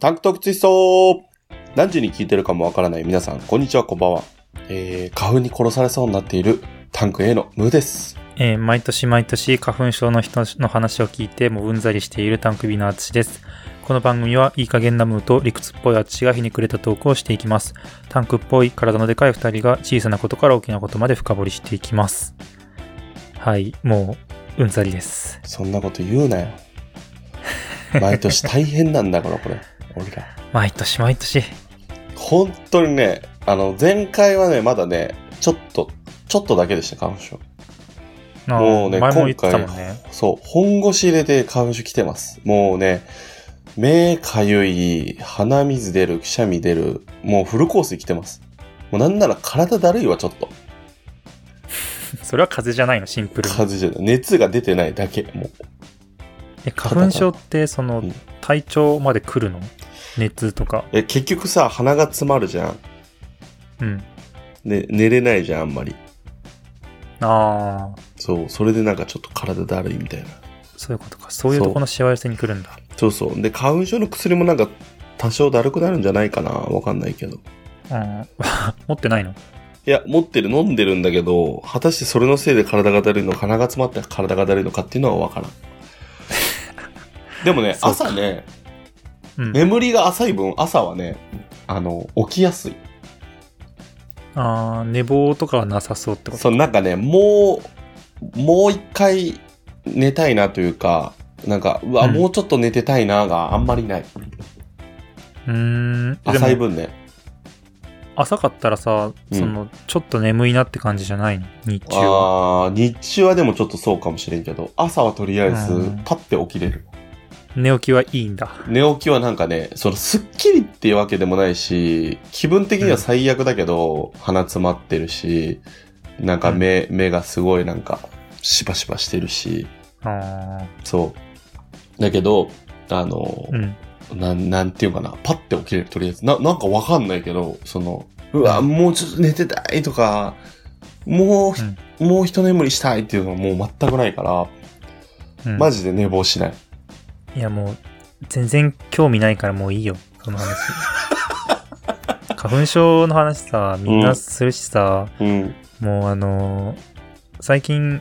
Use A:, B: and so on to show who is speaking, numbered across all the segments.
A: タンクトークツイスト何時に聞いてるかもわからない皆さん、こんにちは、こんばんは。えー、花粉に殺されそうになっているタンク A のムーです。
B: えー毎年毎年花粉症の人の話を聞いてもううんざりしているタンクビのアツシです。この番組はいい加減なムーと理屈っぽいアツシがひねくれたトークをしていきます。タンクっぽい体のでかい二人が小さなことから大きなことまで深掘りしていきます。はい、もううんざりです。
A: そんなこと言うなよ。毎年大変なんだから、これ。俺ら。
B: 毎年毎年。
A: 本当にね、あの、前回はね、まだね、ちょっと、ちょっとだけでした、花粉症。
B: あー
A: もうね
B: 前も言ってたもんね。
A: そう、本腰入れて花粉症来てます。もうね、目かゆい、鼻水出る、くしゃみ出る、もうフルコースで来てます。もうなんなら体だるいわ、ちょっと。
B: それは風邪じゃないの、シンプルに。
A: 風邪じゃない。熱が出てないだけ。もう、
B: え花粉症って、その
A: うん、
B: 体調まで来るの熱とか。
A: え結局さ、鼻が詰まるじゃん。
B: うん。
A: ね、寝れないじゃん、あんまり。
B: ああ。
A: そう、それでなんかちょっと体だるいみたいな。
B: そういうことか。そういうとこの幸せに来るんだ。
A: そうそう。で、花粉症の薬もなんか、多少だるくなるんじゃないかなわかんないけど。
B: うん。 持ってないの
A: いや、持ってる、飲んでるんだけど、果たしてそれのせいで体がだるいのか、鼻が詰まって体がだるいのかっていうのはわからん。でもね、
B: そうか
A: 朝ね、
B: うん。
A: 眠りが浅い分、朝はね、あの、起きやすい。
B: ああ、寝坊とかはなさそうってこと
A: そう、なんかね、もう、もう一回寝たいなというか、なんか、うわ、
B: うん
A: もうちょっと寝てたいながあんまりない。
B: うーん。
A: 浅い
B: でも、
A: 分ね。
B: 浅かったらさ、
A: うん
B: その、ちょっと眠いなって感じじゃないの日中は。
A: あー日中はでもちょっとそうかもしれんけど、朝はとりあえず
B: うん、
A: パッて起きれる。
B: 寝起きはいいんだ。
A: 寝起きはなんかね、そのすっきりっていうわけでもないし、気分的には最悪だけど、鼻詰まってるし、なんか目、目がすごいなんか、しばしばしてるし、
B: ああ、
A: そう。だけど、あの
B: う、ん。
A: なん、なんていうかな、パッて起きれる、とりあえず。な、なんかわかんないけど、その、うわ、もうちょっと寝てたいとか、もうひ、もう一眠りしたいっていうのはもう全くないから、
B: うん、
A: マジで寝坊しない。
B: いやもう、全然興味ないからもういいよ、その話。花粉症の話さ、みんなするしさ、
A: うん。
B: もうあのー最近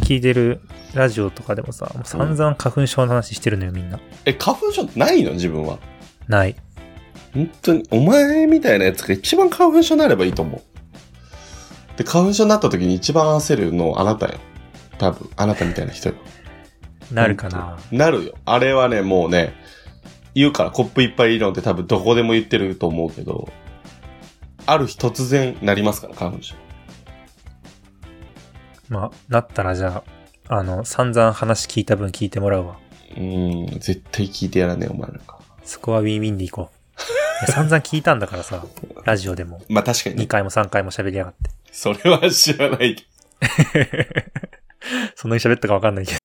B: 聞いてるラジオとかでもさ、もう散々花粉症の話してるのよ、みんな。
A: え、花粉症ないの自分は。
B: ない。
A: 本当に、お前みたいなやつが一番花粉症になればいいと思う。で、花粉症になった時に一番焦るのあなたよ。多分、あなたみたいな人よ。
B: なるかな。
A: なるよ。あれはね、もうね、言うからコップいっぱい入れろって多分どこでも言ってると思うけど、ある日突然なりますから、花粉症。
B: まあ、なったらじゃあ、あの、散々話聞いた分聞いてもらうわ。
A: うーん、絶対聞いてやらねえ、お前なんか。
B: そこはウィンウィンでいこう。いや散々聞いたんだから さ、ラジオでも。
A: まあ確かに
B: 2
A: ね、
B: 回も3回も喋りやがって。
A: それは知らないけど。
B: そんなに喋ったかわかんないけど。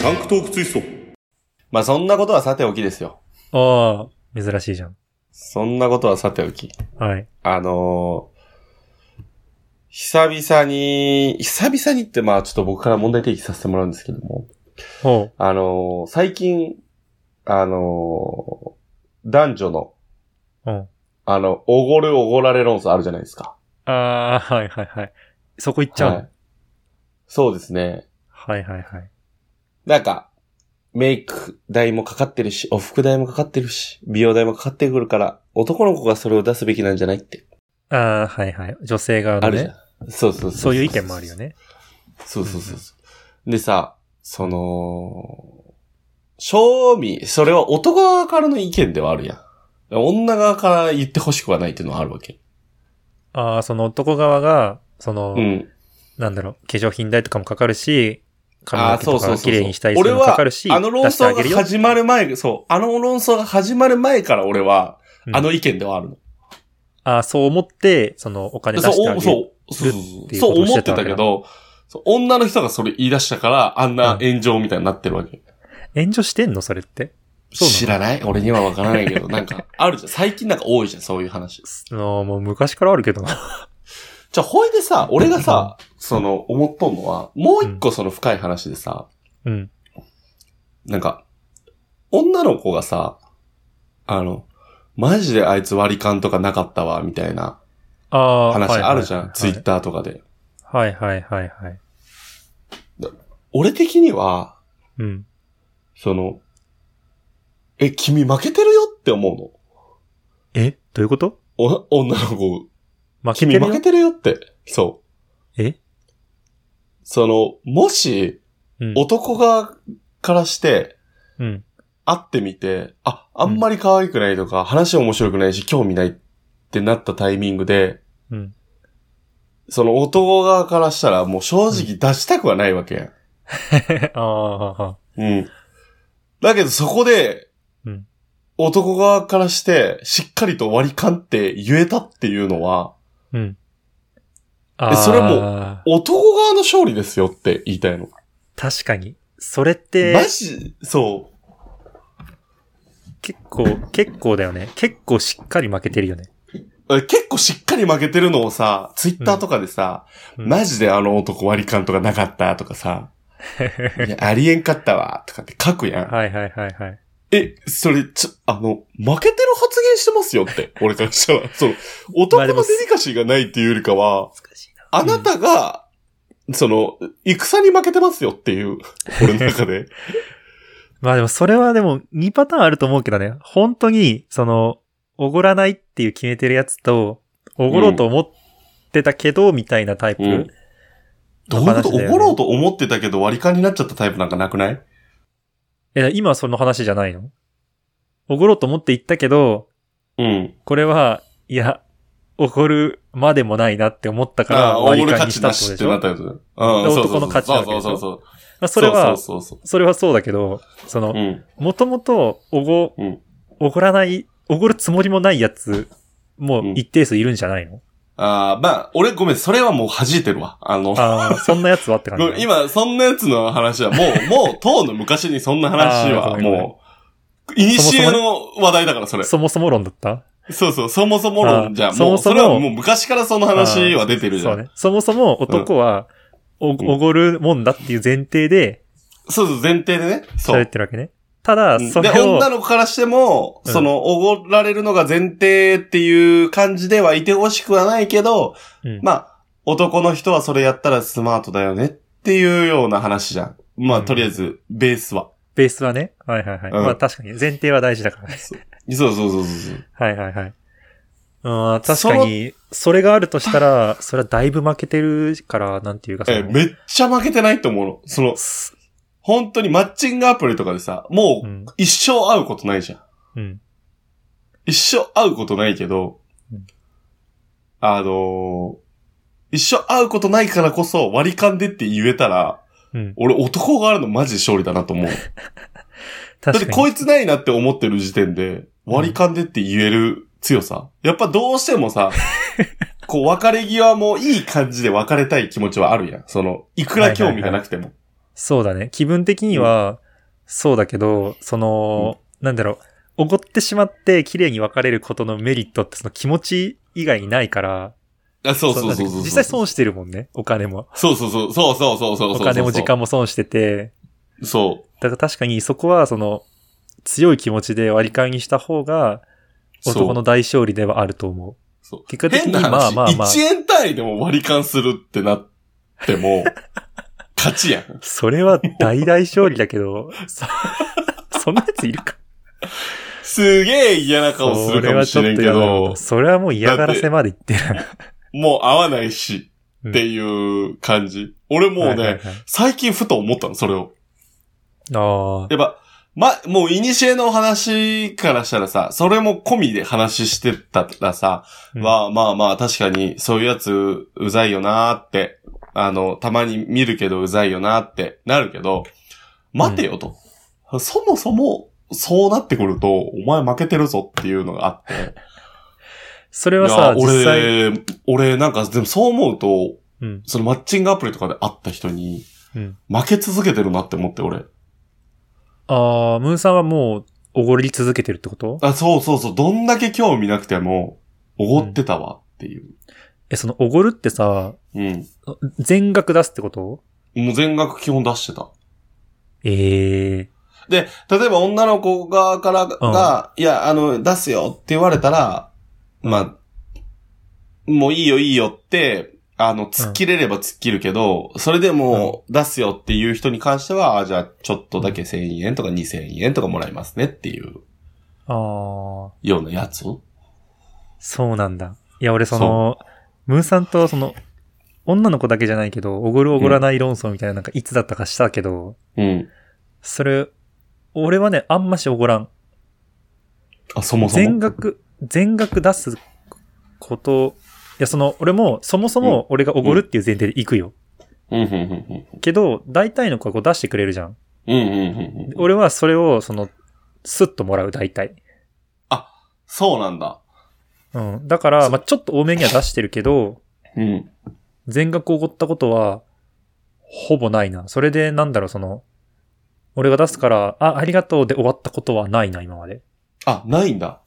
A: タンクトークツイスト。まあそんなことはさておきですよ。
B: ああ、珍しいじゃん。
A: そんなことはさておき。
B: はい。
A: あのー久々に、久々にってまあちょっと僕から問題提起させてもらうんですけども、
B: ほ
A: あのー最近、あのー男女の、
B: う。うん。
A: あの、おごるおごられ論争あるじゃないですか。
B: ああ、はいはいはい。そこ行っちゃうの、
A: はいそうですね。
B: はい、はいはいはい
A: なんか、メイク代もかかってるし、お服代もかかってるし、美容代もかかってくるから、男の子がそれを出すべきなんじゃないって、
B: ああ、はいはい。女性側
A: あ
B: の
A: るじゃん
B: ね。。
A: そうそうそう
B: そういう意見もあるよね。
A: そうそうそうそう。でさ、その、賞味、それは男側からの意見ではあるやん。女側から言ってほしくはないっていうのはあるわけ。
B: ああ、その男側が、その、
A: うん。
B: なんだろう、化粧品代とかもかかるし、髪
A: あ
B: の
A: あ、
B: 毛
A: そ
B: と
A: うそう
B: か
A: そうそう。
B: 綺麗にしたりす
A: 俺
B: るのも
A: は
B: かかるし、
A: あの論
B: 出してあ
A: 争
B: げ
A: が
B: るよ
A: 始まる前、そう、あの論争が始まる前から俺は、
B: うん
A: あの意見ではあるの。
B: ああ、そう思って、そのお金
A: そ
B: 出
A: う
B: してあ
A: お
B: げる。
A: そう、そう
B: っ
A: そう
B: ていう
A: そ
B: こ
A: う
B: とをし
A: 思ってて
B: たわ
A: た
B: けだ
A: けど、そう女の人がそれ言い出したから、あんな
B: うん
A: 炎上みたいになってるわけ。
B: 援助してんのそれって。そうなの
A: 知らない俺にはわからない けど、なんか、あるじゃん。最近なんか多いじゃん、そういう話。
B: あーもう昔からあるけどな。
A: じゃあ、ほいでさ、俺がさ、その、思っとんのは、もう一個その深い話でさ、
B: うん。
A: なんか、女の子がさ、あの、マジであいつ割り勘とかなかったわ、みたいな
B: ああ、
A: 話あるじゃん、ツイッ
B: タ
A: ターとかで。
B: ー。はいはいはいはい。
A: 俺的には、
B: うん。
A: その、え、君負けてるよって思うの。
B: えどういうこと
A: お、女の子、
B: 負けて
A: 君
B: るよ
A: 負けてるよって。そう。
B: え
A: その、もし、
B: うん。
A: 男側からして、
B: うん。
A: 会ってみて、あ、あんまり可愛くないとか、話面白くないし、興味ないってなったタイミングで、
B: うん。
A: その男側からしたら、もう正直出したくはないわけやん。
B: ああ、
A: うん。だけどそこで、
B: うん
A: 男側からして、しっかりと割り勘って言えたっていうのは、
B: うん。
A: えそれも
B: も。
A: 男側の勝利ですよって言いたいの。
B: 確かに。それって
A: マ、ジ、そ
B: 結構、結構だよね。結構しっかり負けてるよね。
A: う。え結構しっかり負けてるのをさ、ツイッターとかでさ、
B: うん
A: マジであの男割り勘とかなかったとかさ、いやありえんかったわとかって書くやん。
B: はいはいはいはい。
A: え、それ、ちょ、あの、負けてる発言してますよって、俺からしたら。 そう。
B: ま
A: 男
B: あで
A: の
B: も
A: デリカシーがないっていうよりかは、
B: 難しいな。
A: あなたが、その、戦に負けてますよって いう、俺の中で。
B: まあでもそれはでも2パターンあると思うけどね。本当に、その、おごらないっていう決めてるやつと、おごろうと思ってたけど、みたいなタイプ。
A: うんどういうこと怒ろうと思ってたけど割り勘になっちゃったタイプなんかなくない
B: え、今その話じゃないのおごろうと思って行ったけど、
A: うん。
B: これは、いや、おごるまでもないなって思ったから、
A: あ、お
B: 割
A: ご
B: り
A: る
B: 勘
A: 価
B: にし
A: 値
B: た
A: な
B: ってこと
A: し
B: で
A: っ
B: してょ
A: なったやつ。うん。男
B: 男の価値な
A: そ
B: わ
A: う
B: け
A: そ
B: で
A: うそ
B: しょ
A: うそう。
B: まあ、それは、
A: そうそうそう
B: それはそうだけど、その
A: そう。う、ん。
B: もともと、おご
A: うん、
B: おごらない、おごるつもりもないやつ、も
A: う
B: うん一定数いるんじゃないの、
A: ああ、まあ、俺ごめん、それはもう弾いてるわ。あの、
B: ああ、そんなやつはって感じ
A: ご
B: だ
A: めん
B: ね。
A: 今、そんなやつの話はも う、もう、当の昔にそんな話
B: あーご
A: は、
B: めんごめん
A: もう、いにしえの話題だから、それ。
B: そもそも論だった
A: そうそう、そもそも論じゃ
B: あ
A: ん。
B: そ
A: も
B: も
A: う、
B: そ
A: そ
B: も
A: れはもう昔からその話は出てるじゃ。
B: そうんね。そもそも男は、お、
A: ん
B: おごるもんだっていう前提で
A: そうそう、前提でね。そ
B: 喋っ
A: う。
B: てるわけね。ただ、
A: うん
B: それ
A: で、
B: を
A: 女、の子からしても、
B: うん
A: その、おごられるのが前提っていう感じではいてほしくはないけど、
B: うん
A: まあ、男の人はそれやったらスマートだよねっていうような話じゃん。ま
B: う
A: あ、
B: ん
A: とりあえず、ベースは。
B: ベースはね。はいはいはい。
A: うん
B: まあ確かに、前提は大事だからね。
A: そうそうそうそうそう。
B: はいはいはい。うん、確かに、それがあるとしたら、それはだいぶ負けてるから、なんていうかそ
A: え、
B: の
A: めっちゃ負けてないと思うの。その、
B: す
A: 本当にマッチングアプリとかでさ、も
B: う、
A: うん一生会うことないじゃん。
B: うん、
A: 一生会うことないけど
B: うん、
A: あのー一生会うことないからこそ割り勘でって言えたら、
B: うん。
A: 俺男があるのマジで勝利だなと思う。だっ
B: 確
A: て
B: かに。
A: こいつないなって思ってる時点で、割り勘でって言える強さ。やっぱどうしても さ、こう別れ際もいい感じで別れたい気持ちはあるやん。その、いくら興味がなくても。
B: そうだね。気分的には、そうだけど、その、なんだろう、おごってしまって綺麗に別れることのメリットってその気持ち以外にないから、
A: あそうそうそうそう
B: そ
A: そうう。
B: 実際損してるもんね、お金も。
A: そうそうそう、そうそうそうそうそう。
B: お金も時間も損してて、
A: そう。
B: だから確かにそこはその、強い気持ちで割り勘にした方が、
A: そう
B: 男の大勝利ではあると思う。
A: そう。
B: 結果的に
A: 変な話
B: まあまあまあ
A: 1円単位でも割り勘するってなって も、勝ちやん。
B: それは大大勝利だけ ど、そ そんなやついるか
A: すげえ嫌な顔するかもしれんけ
B: それはちょっと嫌だ
A: ど
B: な、それはもう嫌がらせまで言ってる。
A: もう合わないし、
B: うん
A: っていう感じ。俺もう
B: はいはい
A: ね、
B: はい
A: 最近ふと思ったの、それを。
B: ああ。
A: やっぱ、ま、もう、イニシエの話からしたらさ、それも込みで話してたらさ、
B: うん
A: まあまあまあ、確かに、そういうやつ、うざいよなーって、あの、たまに見るけどうざいよなーってなるけど、待てよと。そもそも、そうなってくると、お前負けてるぞっていうのがあって。
B: それ
A: い
B: は
A: や、、
B: さ実際、
A: 俺、俺、なんか、でもそう思うと、
B: うん、
A: そのマッチングアプリとかで会った人に、
B: うん。
A: 負け続けてるなって思って、俺。
B: ああ、ムーさんはもう、おごり続けてるってこと
A: あ、そうそうそう。どんだけ興味なくても、おごってたわっていう。
B: え、そのおごるってさ、
A: うん。
B: 全額出すってこと
A: もう全額基本出してた。
B: ええ
A: で、例えば女の子側からが、いや、あの、出すよって言われたら、まあ、もういいよいいよって、あの、突っ切れれば突っ切るけど、それでも出すよっていう人に関しては、あじゃあちょっとだけ1000円とか2000円とかもらいますねっていう
B: ああ、
A: ようなやつ
B: そうなんだ。いや、俺その、ムーさんとその、女の子だけじゃないけど、おごるおごらない論争みたいななんかいつだったかしたけど、
A: うん。
B: それ、俺はね、あんましおごらん。
A: あ、そもそも。
B: 全額、全額出すこと、いや、その、俺も、そもそも俺がおごるっていう前提で行くよ。
A: うん、うん、うん、
B: けど、大体の子はこう出してくれるじゃん。
A: うん。うん、うん、うん。
B: 俺はそれを、その、スッともらう、大体。
A: そうなんだ。
B: うん。だから、まあちょっと多めには出してるけど、
A: うん。
B: 全額おごったことは、ほぼないな。それで、なんだろう、その、俺が出すから、あ、ありがとうで終わったことはないな、今まで。
A: あ、ないんだ。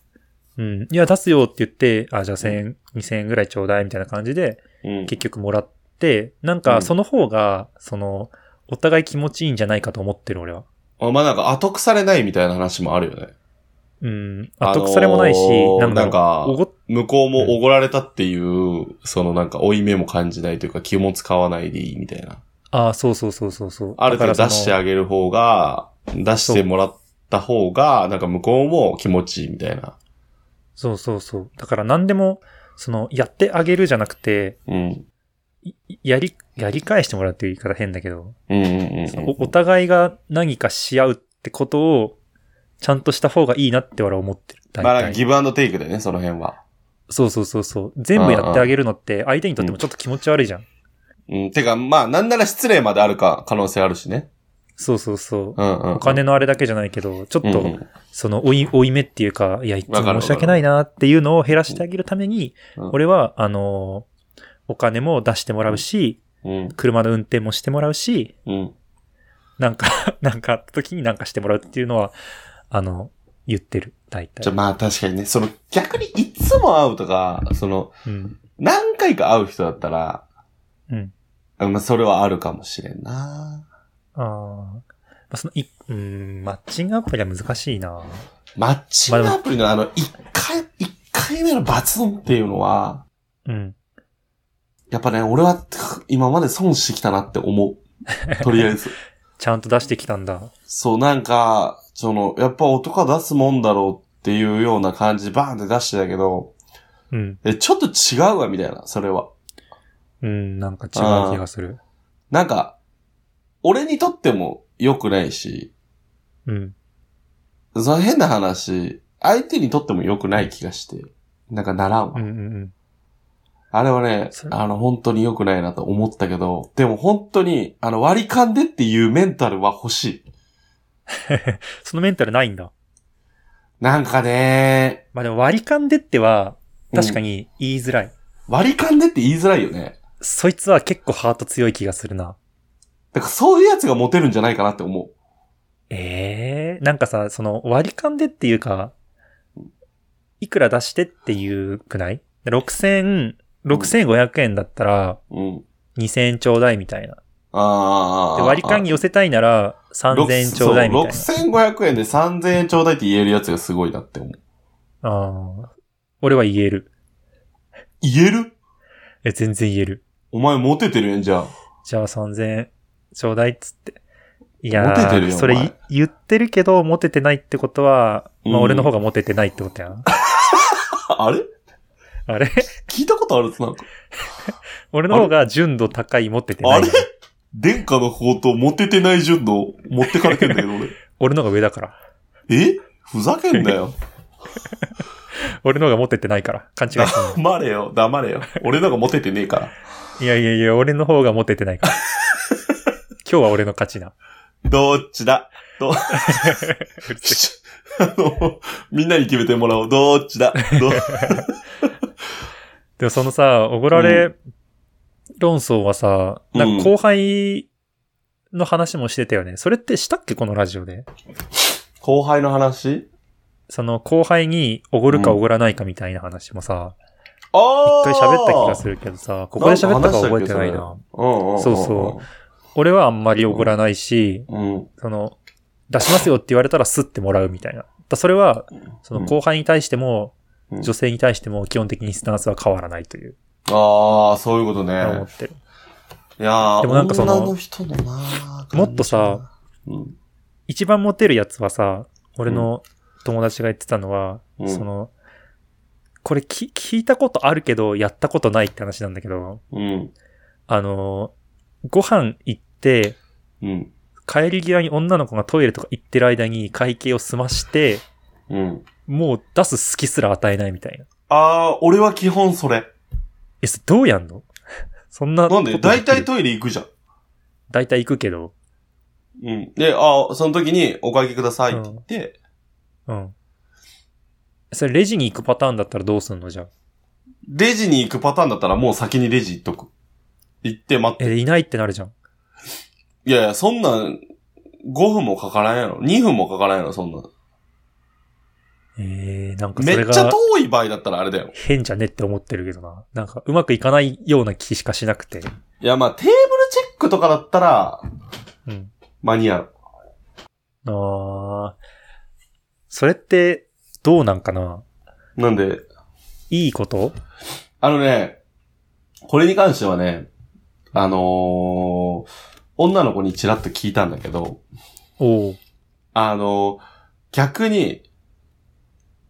B: うん。いや、出すよって言って、あ、じゃあ1000円、2000円ぐらいちょうだい、みたいな感じで、
A: うん。
B: 結局もらって、なん
A: う
B: か
A: ん
B: その方が、その、お互い気持ちいいんじゃないかと思ってる俺は。
A: あまあなんか後腐れないみたいな話もあるよね。
B: うん。後腐れもないし、
A: あのー
B: だろう
A: なんか
B: おご
A: 向こうもおごられたっていう、そのなんか負い目も感じないというか気も使わないでいいみたいな。
B: ああ、そうそうそうそうそう。
A: ある程
B: だか
A: 度
B: ら
A: 出
B: その
A: してあげる方が、出してもらった方が、なんか向こうも気持ちいいみたいな。
B: そうそうそう。だから何でも、その、やってあげるじゃなくて、
A: うん。
B: いやり、やり返してもらうっていう言い方変だけど、
A: うんうんうん
B: そ
A: うん
B: のおお互いが何かし合うってことを、ちゃんとした方がいいなって俺は思ってる。大
A: まあなんか
B: 体。
A: ギブアンドテイクでね、その辺は。
B: そうそうそうそう。全部やってあげるのって、相手にとってもちょっと気持ち悪いじゃん。
A: うん。てか、まあなんなら失礼まであるか、可能性あるしね。
B: そうそうそう。
A: うんうん。
B: お金のあれだけじゃないけど、ちょっ
A: うんうん
B: と、その、追い、追い目っていうか、いや、いつも
A: わかる
B: 申し訳ないなっていうのを減らしてあげるために、
A: うん
B: 俺は、あのー、お金も出してもらうし、
A: うん。
B: 車の運転もしてもらうし、
A: うん。
B: なんか、 なんかあった時になんかしてもらうっていうのは、あの、言ってる、大体。
A: じゃあまあ確かにね、その逆にいつも会うとか、その
B: うん。
A: 何回か会う人だったら、
B: うん。
A: あまあそれはあるかもしれんな。
B: あーまあ。その、い、うん、マッチングアプリは難しいな
A: マッチングアプリのあの、一回、一回目のバツンっていうのは、
B: うん。
A: やっぱね、俺は今まで損してきたなって 思う。とりあえず。
B: ちゃんと出してきたんだ。
A: そう、なんか、その、やっぱ音が出すもんだろうっていうような感じでバーンって出してたけど、
B: うん。
A: え、ちょっと違うわ、みたいな、それは。
B: うん、なんか違う気がする。
A: なんか、俺にとっても良くないし、
B: うん。
A: その変な話、相手にとっても良くない気がして、なんかならんわ
B: うんうんうん。
A: あれはね
B: そ、れ
A: あの、本当に良くないなと思ったけど、でも本当に、あの、割り勘でっていうメンタルは欲しい。
B: そのメンタルないんだ。
A: なんかね、
B: まあでも割り勘でっては、確か
A: に。
B: に言いづらい。
A: 割り勘でって言いづらいよね。
B: そいつは結構ハート強い気がするな。
A: だからそういうやつがモテるんじゃないかなって思う。
B: ええなんかさ、その割り勘でっていうか、いくら出してっていうくない ?6000、6500円だったら
A: うん。
B: 2000円ちょうだいみたいな。
A: あ
B: で
A: あ。
B: 割り勘に寄せたいなら3000円ちょうだいみたいな。
A: な。6500円で3000円ちょうだいって言えるやつがすごいなって思う。
B: ああ俺は言える。
A: 言える
B: え、全然言える。
A: お前モテてるやん、じゃあ。
B: じゃあ3000円ちょうだいっつって。いやー
A: モテてるよ
B: それ
A: お前
B: い言ってるけど、モテてないってことは、ま
A: う
B: あ
A: ん
B: 俺の方がモテてないってことやな。
A: ああれ
B: あれ
A: 聞いたことあるなんか。
B: 俺の方が純度高いモテてな
A: あ
B: い
A: れ。殿下の宝刀モテてない順の持ってかれてんだけ ど、俺。
B: 俺の方が上だから。
A: えふざけんなよ。
B: 俺の方がモテてないから。勘違いす ん
A: 黙れよ、黙れよ。俺のがモテてねえから。
B: の。いやいやいや、俺の方がモテてないから。今日は俺の勝ちな。
A: どっちだど、 あの、みんなに決めてもらおう。どっちだど
B: でもそのさ、おごられ論争はさ、
A: うん
B: なんか後輩の話もしてたよね。それってしたっけこのラジオで。
A: 後輩の話
B: その後輩におごるかおごらないかみたいな話もさ、
A: あ
B: 一回喋った気がす
A: る。
B: るけどさ、ここで喋ったか覚えてないな。
A: うんうん
B: そうそ俺はあんまりおごらないし、
A: うん。うん。
B: その、出しますよって言われたらスッてもらうみたいな。だそれは、その後輩に対しても、
A: うん
B: 女性に対しても基本的にスタンスは変わらないという、
A: ああ、そういうこと
B: 思
A: ね。
B: ってる。
A: いやー
B: でもなんかその
A: 女の人のな
B: もっとさ、
A: 感じうん
B: 一番モテるやつはさ、俺の友達が言ってたのは、
A: うん
B: その、これき聞いたことあるけど、やったことないって話なんだけど、
A: うん。
B: あの、ご飯行って、
A: うん。
B: 帰り際に女の子がトイレとか行ってる間に会計を済まして、
A: うん。
B: もう出す隙すら与えないみたいな。
A: ああ、俺は基本それ。
B: え、それどうやんの そんなこと
A: なん
B: き
A: で
B: る。
A: 大体トイレ行くじゃん。
B: 大体行くけど。
A: うん。で、ああ、その時にお会計くださいって言って、
B: うん。それレジに行くパターンだったらどうすんのじゃあ。
A: レジに行くパターンだったらもう先にレジ行っとく。行って待って。
B: え、いないってなるじゃん。
A: いやいや、そんなん、5分もかからんやろ。2分もかからんやろ、そんなん。
B: えー、なんかそ
A: め
B: れ
A: っちゃ
B: が
A: 遠い場合だったらあれだよ。
B: 変じゃねって思ってるけどな。なんかうまくいかないような気しかしなくて。
A: いや、まあ、テーブルチェックとかだったら、
B: うん。
A: 間に合う。
B: あー。それって、どうなんかな
A: なんで、
B: いいこと
A: あのね、これに関してはね、あのー女の子にちらっと聞いたんだけど、
B: おう。
A: あの、逆に、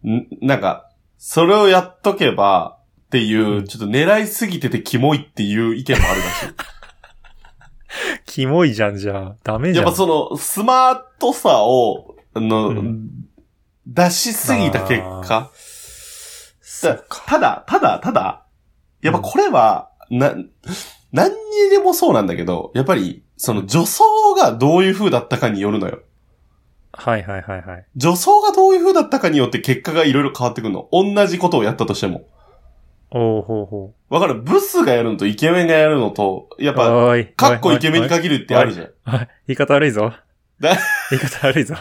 A: んなんか、それをやっとけばっていう、
B: うん
A: ちょっと狙いすぎててキモいっていう意見もあるらし
B: キモいじゃんじゃあ。ダメ
A: い。
B: じ
A: や
B: ゃ
A: っ
B: ん。
A: ぱその、スマートさを、あの、
B: うん
A: 出しすぎた結果。だただ、ただ、ただ、やっぱこれは、な、何にでもそうなんだけど、やっぱり、その女装がどういう風だったかによるのよ。
B: はいはいはいはい。
A: 女装がどういう風だったかによって結果がいろいろ変わってくるの。同じことをやったとしても。
B: おうほうほ
A: わかるブスがやるのとイケメンがやるのと、やっ
B: う。
A: ぱ、
B: おい
A: かっこイケメンに
B: おい
A: 限るってあるじゃん。
B: おいおい言い方悪いぞ。
A: だ
B: 言い方悪いぞ。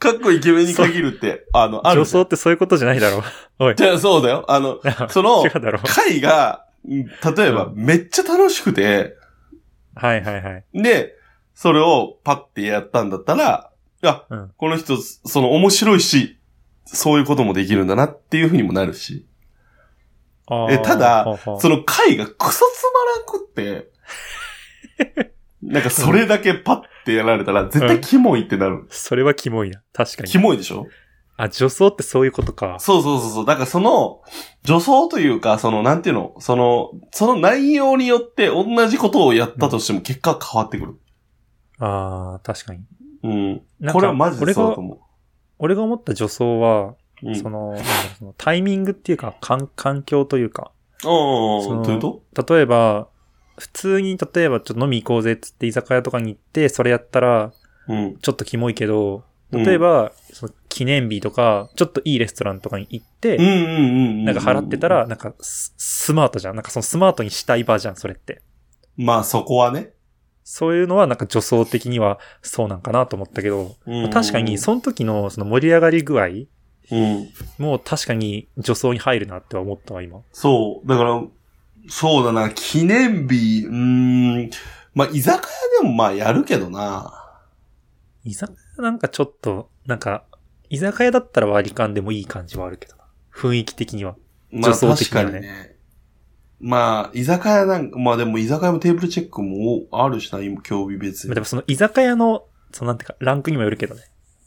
A: かっこイケメンに限るって、あの、ある
B: 女
A: じゃ
B: 装
A: ん。
B: ってそういうことじゃないだろう。おい。
A: じゃあそうだよ。あの、その
B: 違うだろう。
A: 会が、うん例えば、
B: う
A: めっちゃ楽しくて、
B: はいはいはい。
A: で、それをパッてやったんだったら、あ、
B: うん
A: この人、その面白いし、そういうこともできるんだなっていう風にもなるし、
B: あー
A: えただ
B: ほうほう
A: その会がクソつまらんくって、 なんかそれだけパッてやられたら、絶対キモいってなる。
B: それはキモいな。確かに
A: キ。モいでしょ
B: あ、女装ってそういうことか。
A: そうそうそうそう。だからその、女装というか、その、なんていうの、その、その内容によって同じことをやったとしても結果は変わってくる。
B: ああ、確かに。
A: うん。
B: なんか
A: これはマジでそうだと
B: 俺が、
A: 思
B: 俺が思った女装は、
A: う。うん。
B: その、なんだろうそのタイミングっていうか、かん環境というか、
A: お
B: そ
A: ー
B: の
A: というと
B: 例えば、普通に、例えば、ちょっと飲み行こうぜっつって居酒屋とかに行って、それやったら、
A: うん。
B: ちょっとキモいけど、
A: うん
B: 例え、ば、その記念日とか、ちょっといいレストランとかに行って、
A: うんうんうんうん。
B: なんか払ってたら、、なんかススマートじゃん。なんかそのスマートにしたい場じゃん、それって。
A: まあそこはね。
B: そういうのはなんか女装的にはそうなんかなと思ったけど、
A: うん
B: 確かにその時のその盛り上がり具合
A: うん。
B: もう確かに女装に入るなって思ったわ、今。
A: そう。だから、そうだな、記念日、うーん。まあ居酒屋でもまあやるけどな。
B: 居酒屋なんかちょっと、なんか、居酒屋だったら割り勘でもいい感じはあるけどな。雰囲気的には。
A: まあ
B: 女装的
A: 確
B: には
A: か
B: ね
A: にね。まあ、居酒屋なんか、まあでも居酒屋もテーブルチェックもあるしな、今、競技別
B: で
A: に。
B: もその居酒屋の、そのなんていうか、ランクにもよるけどね。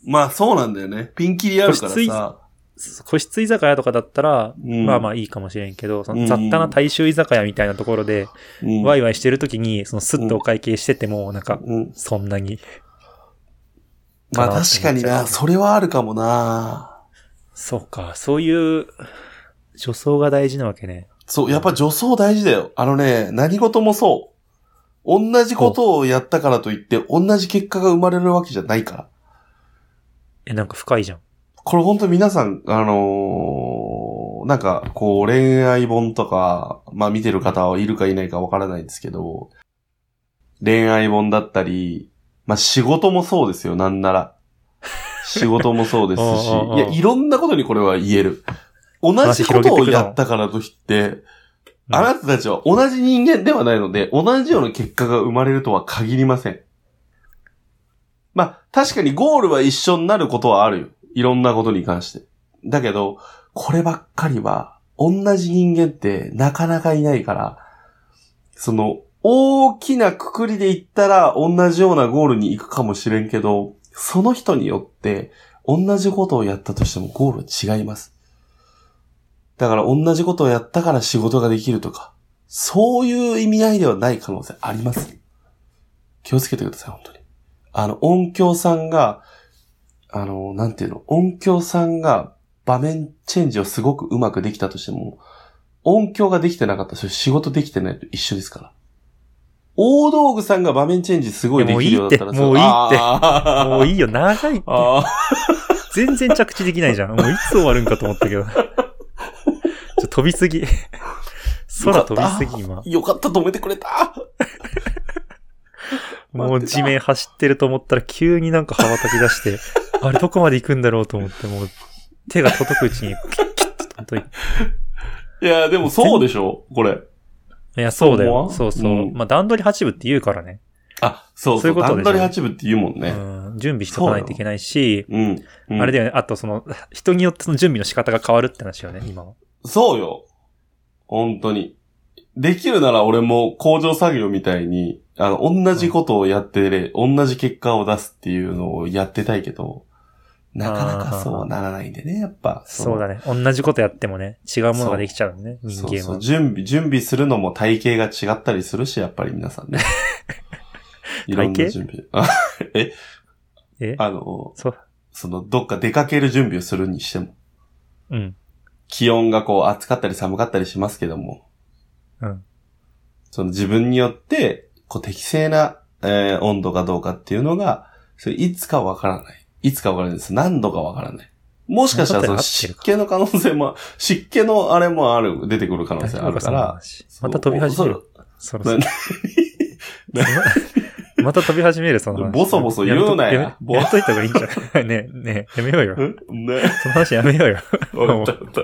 A: まあそうなんだよね。ピンキリあるから
B: 個室
A: さ。
B: そう個室居酒屋とかだったら、
A: うん
B: まあまあいいかもしれんけど、そ
A: うんう
B: の
A: ん
B: 雑多な大衆居酒屋みたいなところで、
A: うん
B: ワイワイしてる時に、そのスッとお会計してても、なんか、
A: うん
B: そんなに、
A: まあ確かに
B: かなって思っちゃう
A: な、それはあるかもな。
B: そうか、そういう、女装が大事なわけね。
A: そう、やっぱ女装大事だよ。あのね、何事もそう。同じことをやったからといって、同じ結果が生まれるわけじゃないから。
B: え、なんか深いじゃん。
A: これ本当皆さん、あのーなんか、こう、恋愛本とか、まあ見てる方はいるかいないかわからないんですけど、恋愛本だったり、まあ仕事もそうですよ、なんなら。仕事もそうですし、
B: おうおうおう
A: いや、いろんなことにこれは言える。同じことをやったからといって、
B: うん
A: あなたたちは同じ人間ではないので、同じような結果が生まれるとは限りません。まあ、確かにゴールは一緒になることはあるよ。いろんなことに関して。だけど、こればっかりは、同じ人間ってなかなかいないから、その、大きなくくりで言ったら同じようなゴールに行くかもしれんけど、その人によって、同じことをやったとしてもゴールは違います。だから同じことをやったから仕事ができるとか、そういう意味合いではない可能性あります。気をつけてください、本当に。あの、音響さんが、あの、なんていうの、音響さんが場面チェンジをすごくうまくできたとしても、音響ができてなかったら、それ仕事できてないと一緒ですから。大道具さんが場面チェンジすごいできるようだったら、
B: もういいって
A: それ
B: もういいよ、長いって。
A: あー
B: 全然着地できな いじゃん。もういつ終わるんかと思ったけど。ちょっと飛びすぎ。空飛びすぎ、今。
A: よかった、止めてくれた。
B: もう地面走ってると思ったら急になんか羽ばたき出して、あれどこまで行くんだろうと思って、もう手が届くうちに、キュッキュッと届いて
A: いや、でもそうでしょこれ。
B: いや、そうだよ。
A: そ
B: そう
A: 思わん
B: うそう。
A: うん
B: まあ段取り8分って言うからね。
A: あ、そう
B: そう
A: そ。
B: いううことでし
A: 段
B: ょ
A: 取り8分って言うもん
B: う
A: ね。
B: ん。準備しとかないといけないし、
A: うん。うん
B: あれだよね。あとその、人によってその準備の仕方が変わるって話よね、今は。
A: そうよ。本当に。できるなら俺も工場作業みたいに、あの、同じことをやってれ、同じ結果を出すっていうのをやってたいけど、なかなかそうはならないんでね、やっぱ。
B: そうだ
A: ね。
B: ね。同じことやってもね、違うものができちゃうんだね、人
A: そう
B: 間
A: そ
B: は
A: う。。準備、準備するのも体型が違ったりするし、やっぱり皆さん ね。いろんな
B: 体型
A: 準備。あえ
B: え
A: あの、
B: そう。
A: その、どっか出かける準備をするにしても、
B: うん。
A: 気温がこう暑かったり寒かったりしますけども、
B: うん。
A: その自分によって、こう適正な、えー温度かどうかっていうのが、それいつかわからない。いつかわからないです。何度かわからない。もしかしたらその
B: 何度か合ってる
A: 湿
B: か
A: 気の可能性も、湿気のあれもある、出てくる可能性あ
B: 大丈
A: る
B: 夫
A: か
B: その
A: ら、
B: 話また飛び始める。そろ そろ。
A: な
B: また飛び始める、その話。
A: ボソボソ言うなや
B: やめと
A: ぼ
B: やめといた方がいいんじゃない ねえ、ねえ、やめよ うよ。
A: んね。
B: その話やめようよ。
A: わかったわかった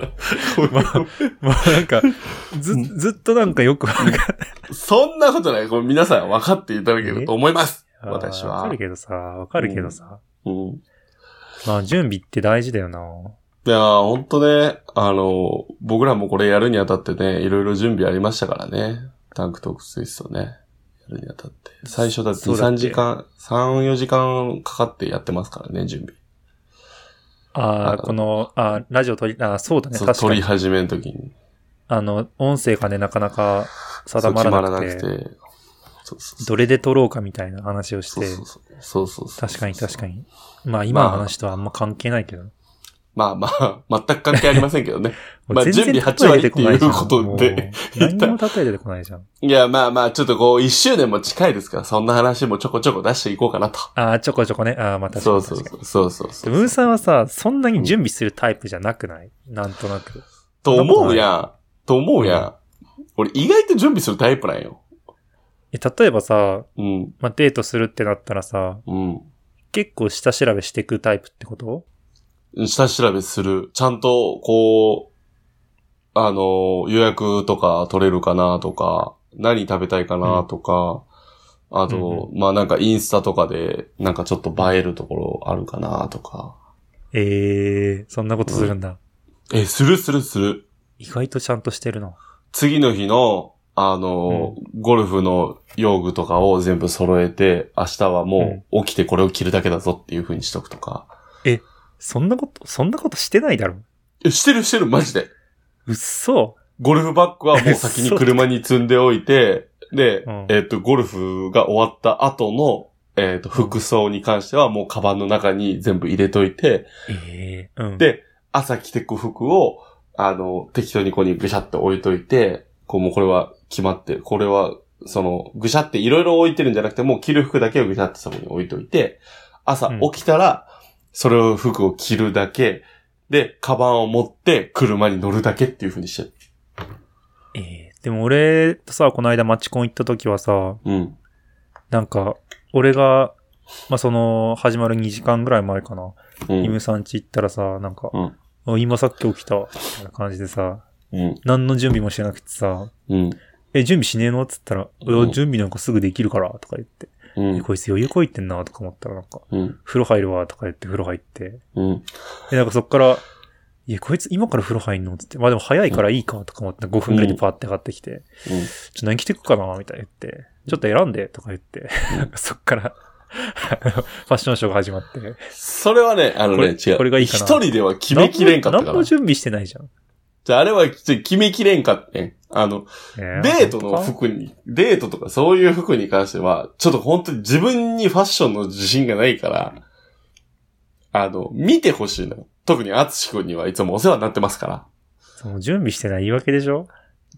B: まあ、もうな んか、ず、ずっとなんかよくわかんない。
A: そんなことない。これ皆さん分かっていただけると思います。私
B: わ
A: は
B: かる。けどさ、わかるけどさ。
A: うん。
B: まあ、準備って大事だよな。
A: いやー、ほんとね、あの、僕らもこれやるにあたってね、いろいろ準備ありましたからね。タンクトークスイストね。やるにあたって。最初だって
B: そう
A: 2、
B: だっけ
A: 3時間、3、4時間かかってやってますからね、準備。あ
B: ああ、この、あーラジオ撮り、あーそうだね、
A: そう、
B: 確
A: 撮
B: か
A: り
B: に。
A: 始めの時に。
B: あの、音声がね、なかなか定まらなく
A: そう決ま
B: て、
A: らなくて。そうそう
B: どれで撮ろうかみたいな話をし
A: そう。
B: て、
A: そうそうそう。そうそうそう
B: 確かに確か
A: に。
B: に。まあ、今の
A: まあ
B: 話とはあんま関係ないけど。
A: まあまあ、 全く関係ありませんけどね。まあ
B: 全然
A: 準備
B: 例え出こなじゃん
A: 8割っていうことで。
B: もう何も例え出てこないじゃん。
A: いや、まあまあ、ちょっとこう、一周年も近いですから、そんな話もちょこちょこ出していこうかなと。
B: ああ、ちょこちょこね。ああ、まあ確か
A: そう
B: に
A: そう
B: 確か
A: そう。そうそうそ
B: に。
A: う。
B: ムーさんはさ、そんなに準備するタイプじゃなくないなんとなく。
A: と思うやん。と思うやん。俺意外と準備するタイプなんよ。
B: え例えばさ、
A: うん、
B: まあ、デートするってなったらさ、
A: う
B: 結構下調べしていくタイプってこと
A: ん。下調べする。ちゃんと、こう、あの、予約とか取れるかなとか、何食べたいかなとか、あと、まあなんかインスタとかで、なんかちょっと映えるところあるかなとか。
B: ええー、そんなことするんだ。
A: え、するするする。
B: 意外とちゃんとしてるな。
A: 次の日の、あの、ゴルフの用具とかを全部揃えて、明日はもう起きてこれを着るだけだぞっていう風にしとくとか。
B: そんなこと、そんなことしてないだろ。
A: え、してるしてる、マジで。
B: うっそ。
A: ゴルフバッグはもう先に車に積んでおいて、で、
B: うん
A: えっ、と、ゴルフが終わった後の、えっ、と、服装に関してはもうカバンの中に全部入れといて、
B: ええー、うん。
A: で朝着てく服を、あの、適当にここにぐしゃって置いといて、こうもうこれは決まってる、これは、その、ぐしゃっていろいろ置いてるんじゃなくて、もう着る服だけをぐしゃってそこに置いといて、朝
B: うん
A: 起きたら、それを服を着るだけ、で、カバンを持って車に乗るだけっていう風にしてる。
B: ええー、でも俺とさ、この間マチコン行った時はさ、
A: うん。
B: なんか、俺がまあその、始まる2時間ぐらい前かな。
A: う
B: イ
A: ん
B: ムさん家行ったらさ、なんか、
A: うん
B: あ今さっき起きた、みたいな感じでさ、
A: うん。
B: 何の準備もしてなくてさ、
A: うん。
B: え、準備しねえのっつったら、いや
A: うん
B: 準備なんかすぐできるから、とか言って。
A: うん
B: え、。こいつ余裕こいてんな、とか思ったらなんか、
A: うん。
B: 風呂入るわ、とか言って風呂入って。
A: うん。
B: え、なんかそっから、いや、こいつ今から風呂入んのっつって。まあでも早いからいいか、とか思って5分ぐらいでパーって上がってきて。ちょっと何着てくかなみたいな言って、ちょっと選んでとか言って、なんか そっから、あのファッションショーが始まって。
A: それはね、あのね、
B: これ
A: 違う。
B: これがいいかな
A: 一人では決めきれんかった
B: 何
A: か
B: も
A: ら。
B: 準備してないじゃん。
A: じゃあ、あれは決めきれんかったね。あの、
B: ねえ
A: デートの服に、デートとかそういう服に関しては、ちょっと本当に自分にファッションの自信がないから、あの、見てほしいの。特にアツシ君にはいつもお世話になってますから。
B: その準備してない言い訳でしょ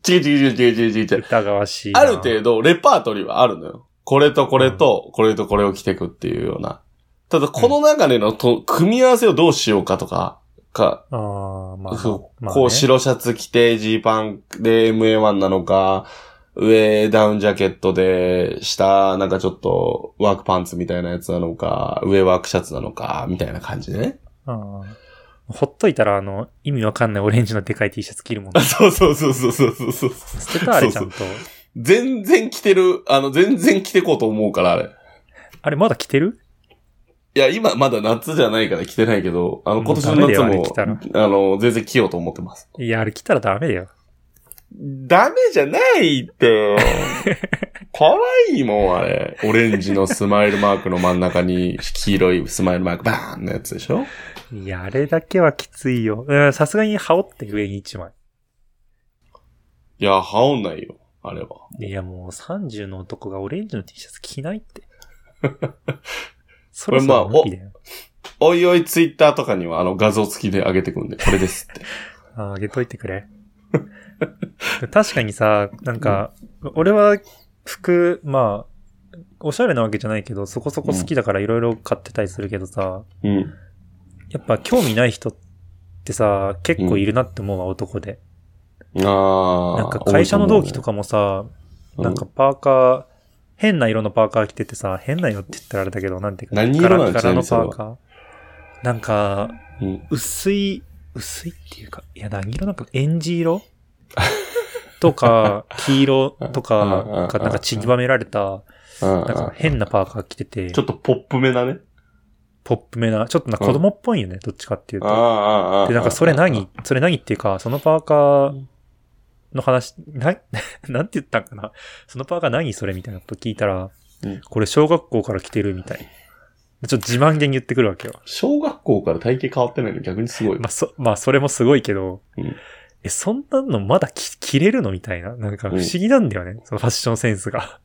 A: 違う違う違う違う違う違う。
B: 疑わしいな。
A: ある程度、レパートリーはあるのよ。これとこれと、これとこれを着てくっていうような。ただ、この中でのと、組み合わせをどうしようかとか、か、
B: ああ、まあ、
A: そう
B: まあね
A: こう白シャツ着て、ジーパンで MA1 なのか、上ダウンジャケットで、下なんかちょっとワークパンツみたいなやつなのか、上ワークシャツなのか、みたいな感じでね。
B: うんほっといたら、あの、意味わかんないオレンジのでかい T シャツ着るもんね。
A: そうそうそうそうそうそう そう。
B: 捨てたあれちゃんと。
A: 全然着てる、あの、全然着てこうと思うから、あれ。
B: あれまだ着てる
A: いや、今まだ夏じゃないから着てないけど、あの、今年の夏
B: もうダメだよあれ
A: も
B: 着たら、
A: あの、全然着ようと思ってます。
B: いや、あれ着たらダメだよ。
A: ダメじゃないって。 可愛いもん、あれ。オレンジのスマイルマークの真ん中に、黄色いスマイルマークバーンのやつでしょ
B: いや、あれだけはきついよ。うんさすがに羽織って上に一枚。
A: いや、羽織んないよ、あれは。
B: いや、もう30の男がオレンジの T シャツ着な いって。そ
A: れ
B: ろそ
A: まあ
B: ろ無理だよ。
A: おいおいツイッターとかには、あの、画像付きで上げてくんで、これですって。
B: ああげといてくれ。 確かにさ、なんか、俺は服、まあ、おしゃれなわけじゃないけど、そこそこ好きだからいろいろ買ってたりするけどさ、
A: うん。
B: やっぱ興味ない人ってさ、結構いるなって思うわ、男で。
A: あー。
B: なんか会社の同期と
A: か、
B: かもさ、なんかパーカー、変な色のパーカー着ててさ、変な色って言ったらあれだけど、なんていうか、
A: 何色なの
B: ガラガラのパー
A: ち
B: カー。なんか、
A: うん。
B: 薄い、薄いっていうか、いや、何色なんか、エンジ色とか、 黄色とかがなんかちりばめられた、
A: うん
B: なんか変なパーカー着てて
A: ちょ、っとポップめだね。
B: ポップめな、ちょっとなんか子供っぽいよね、どっちかっていう
A: あー
B: と。
A: あーあー。
B: で、なんかそれ何それ何っていうか、そのパーカーの話、な、 なんて言ったんかなそのパーカー何それみたいなこと聞いたら
A: うん、
B: これ小学校から着てるみたい。ちょっと自慢げに言ってくるわけよ。
A: 小学校から体型変わってないの逆にすごいよ。
B: まあ、そ、まあ、それもすごいけど、
A: うん
B: え、そんなのまだ着、着れるのみたいな。なんか不思議なんだよね。そのファッションセンスが。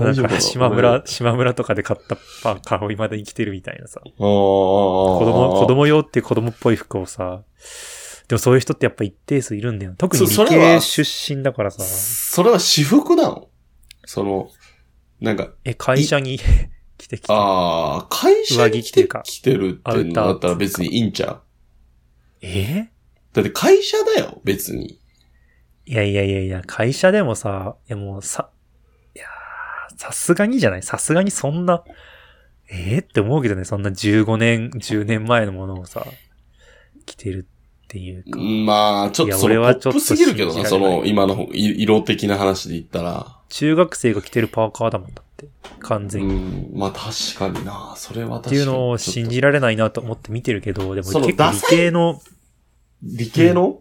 B: な
A: 大
B: ん
A: 丈夫か
B: か、
A: な
B: 島
A: 俺
B: 村、島村とかで買ったパーカーを未だに着てるみたいなさ。
A: あーあーあー
B: 子供、子供用っていう子供っぽい服をさ、でもそういう人ってやっぱ一定数いるんだよ。特に理
A: そそれは
B: 系出身だからさ、
A: それは私服なのその、なんか、
B: え、会社 に着てきて。
A: ああ、会社に来て
B: 上着っていうか
A: 来てるっていうのだったら別にいいんちゃう
B: え
A: だって会社だよ、別に。
B: いやいやいやいや、会社でもさ、いやもうさ、いやーさすがにじゃないさすがにそんな、えー、って思うけどね、そんな15年、10年前のものをさ、着てるっていうか。
A: まあ、ちょっ
B: い
A: と
B: や
A: それ
B: 俺は
A: は
B: ち
A: ち
B: ょ
A: ょ
B: っ
A: っ
B: と
A: とすぎるけど
B: 信
A: な、
B: じ
A: そ
B: られない
A: の今のい色的な話で言ったら。
B: 中学生が着てるパーカーだもんだって、完
A: う
B: 全に。
A: ん、まあ確かにな、それは確
B: っ
A: か
B: て
A: に。
B: いうのを信じられないなと思って見てるけど、でも
A: その
B: 結構理系の、
A: 理系の、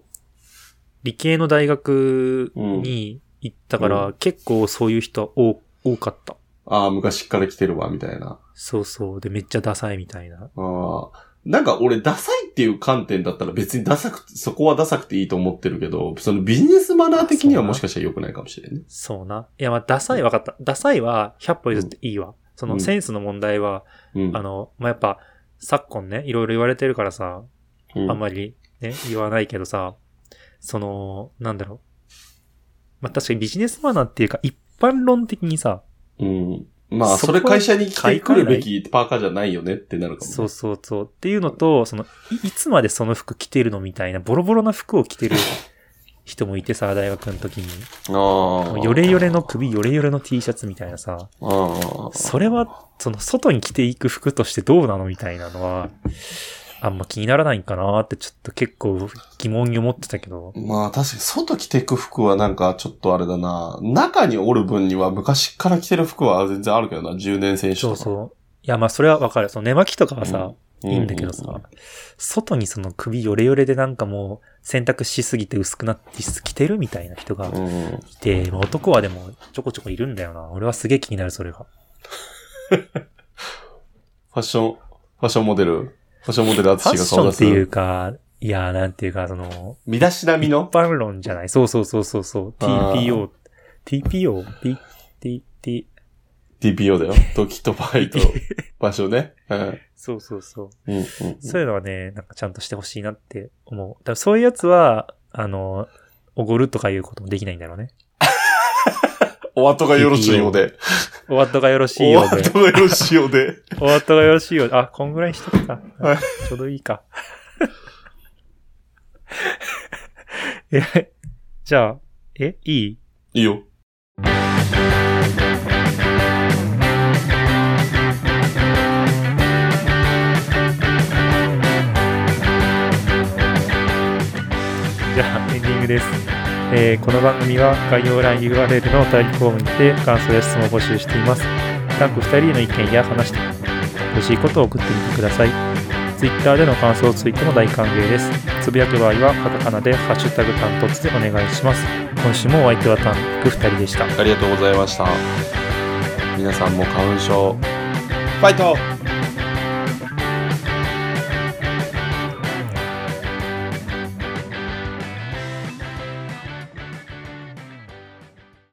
B: 理系の大学
A: うん、
B: に行ったから、結構そういう人多多かった。
A: ああ、昔から来てるわ、みたいな。
B: そうそう。で、めっちゃダサいみたいな。
A: ああ。なんか俺、ダサいっていう観点だったら別にダサく、そこはダサくていいと思ってるけど、そのビジネスマナー的にはもしかしたら良くないかもしれんね。
B: そうな。いや、まあ、ダサい分かった。ダサいは、100歩譲っていいわ。そうの、
A: ん
B: センスの問題は、
A: うん。
B: あの、まあ、やっぱ、昨今ね、いろいろ言われてるからさ、
A: うん
B: あんまりね、言わないけどさ、その、なんだろう。まあ、確かにビジネスマナーっていうか、一般論的にさ、
A: うん。まあ、そ
B: そこ
A: れ会社に着てくる
B: 買い
A: べ
B: 替
A: きパーカーじゃないよねってなるかもね。
B: そうそうそう。 っていうのと、その、いいつまでその服着てるのみたいな、ボロボロな服を着てる人もいてさ、大学の時に。
A: あ
B: も
A: あ。
B: うヨレヨレの首、ヨレヨレの T シャツみたいなさ、
A: ああ。
B: それは、その外に着ていく服としてどうなのみたいなのは、あんま気にならないんかなってちょっと結構疑問に思ってたけど、
A: まあ確かに外着てく服はなんかちょっとあれだな。中におる分には昔から着てる服は全然あるけどな。10年選手
B: そ
A: と
B: う
A: か。
B: そう。いや、まあそれはわかる。その寝巻きとかはさ、
A: う
B: いいんだけどさ、外にその首ヨレヨレでなんかもう洗濯しすぎて薄くなって着てるみたいな人が
A: うんうん。
B: いて、まあ男はでもちょこちょこいるんだよな。俺はすげえ気になる、それが。
A: ファッション、ファッションモデル、ファッションモデル
B: ファ
A: 淳
B: ッ
A: が
B: ショ
A: 顔
B: ン
A: 出
B: っていう
A: す。
B: か、いや、なんていうか、その、
A: 身だしなみの
B: 一般論じゃない。そうそうそうそうそう。
A: あー
B: TPO。TPO? T、T、T。
A: TPO だよ。時と場合と場所ね。うん。
B: そうそうそう。
A: うんうん。
B: そういうのはね、なんかちゃんとしてほしいなって思う。だからそういうやつは、あの、おごるとかいうこともできないんだろうね。
A: お後がよろしいようで。
B: お後がよろしい
A: お
B: ようで。
A: 後がよろしいようで。
B: お後がよろしいようで。あ、こんぐらいしとくか
A: はい。
B: ちょうどいいか。え、じゃあ、え、いい
A: いいよ。
B: じゃあエンディングです。えーこの番組は概要欄 URL のお便りフォームにて感想や質問を募集しています。タンク2人への意見や話してほしいことを送ってみてください。Twitter での感想をついても大歓迎です。つぶやく場合はカタカナでハッシュタグタントツでお願いします。今週もお相手はタンク2人でした。
A: ありがとうございました。皆さんも花粉症、ファイト